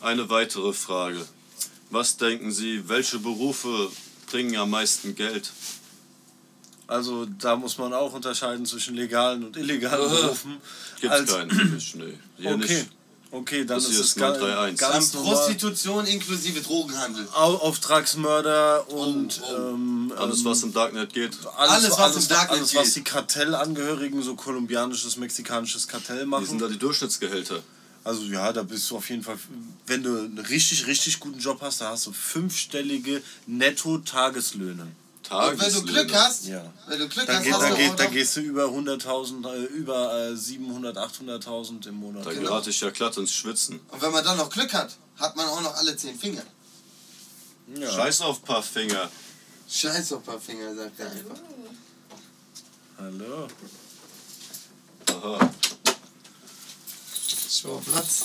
Eine weitere Frage. Was denken Sie, welche Berufe bringen am meisten Geld? Also da muss man auch unterscheiden zwischen legalen und illegalen Berufen. Äh, Gibt's Also- Als- keinen. Fisch, nee. Hier Okay, nicht. okay, dann Das ist hier es ist ga- 931. ganz Ähm, normal. Prostitution inklusive Drogenhandel. Au Auftragsmörder und Oh, oh. Ähm, Alles, ähm, was im Darknet geht. Alles, was im Darknet alles, was geht. die Kartellangehörigen, so kolumbianisches, mexikanisches Kartell Wie sind machen. da die Durchschnittsgehälter? Also ja, da bist du auf jeden Fall, wenn du einen richtig, richtig guten Job hast, da hast du fünfstellige Netto-Tageslöhne. Ah, Und wenn du Glück hast, ne? Ja. wenn du Glück Da, hast, geht, hast da, du geht, da auch noch, gehst du über 100.000, äh, über äh, 700.000, 800.000 im Monat. genau. Da gerate ich ja glatt ins Schwitzen. und wenn man dann noch Glück hat, hat man auch noch alle zehn Finger. Ja. Scheiß auf paar Finger. Scheiß auf paar Finger, sagt er einfach. Hallo. Aha. Schau Platz.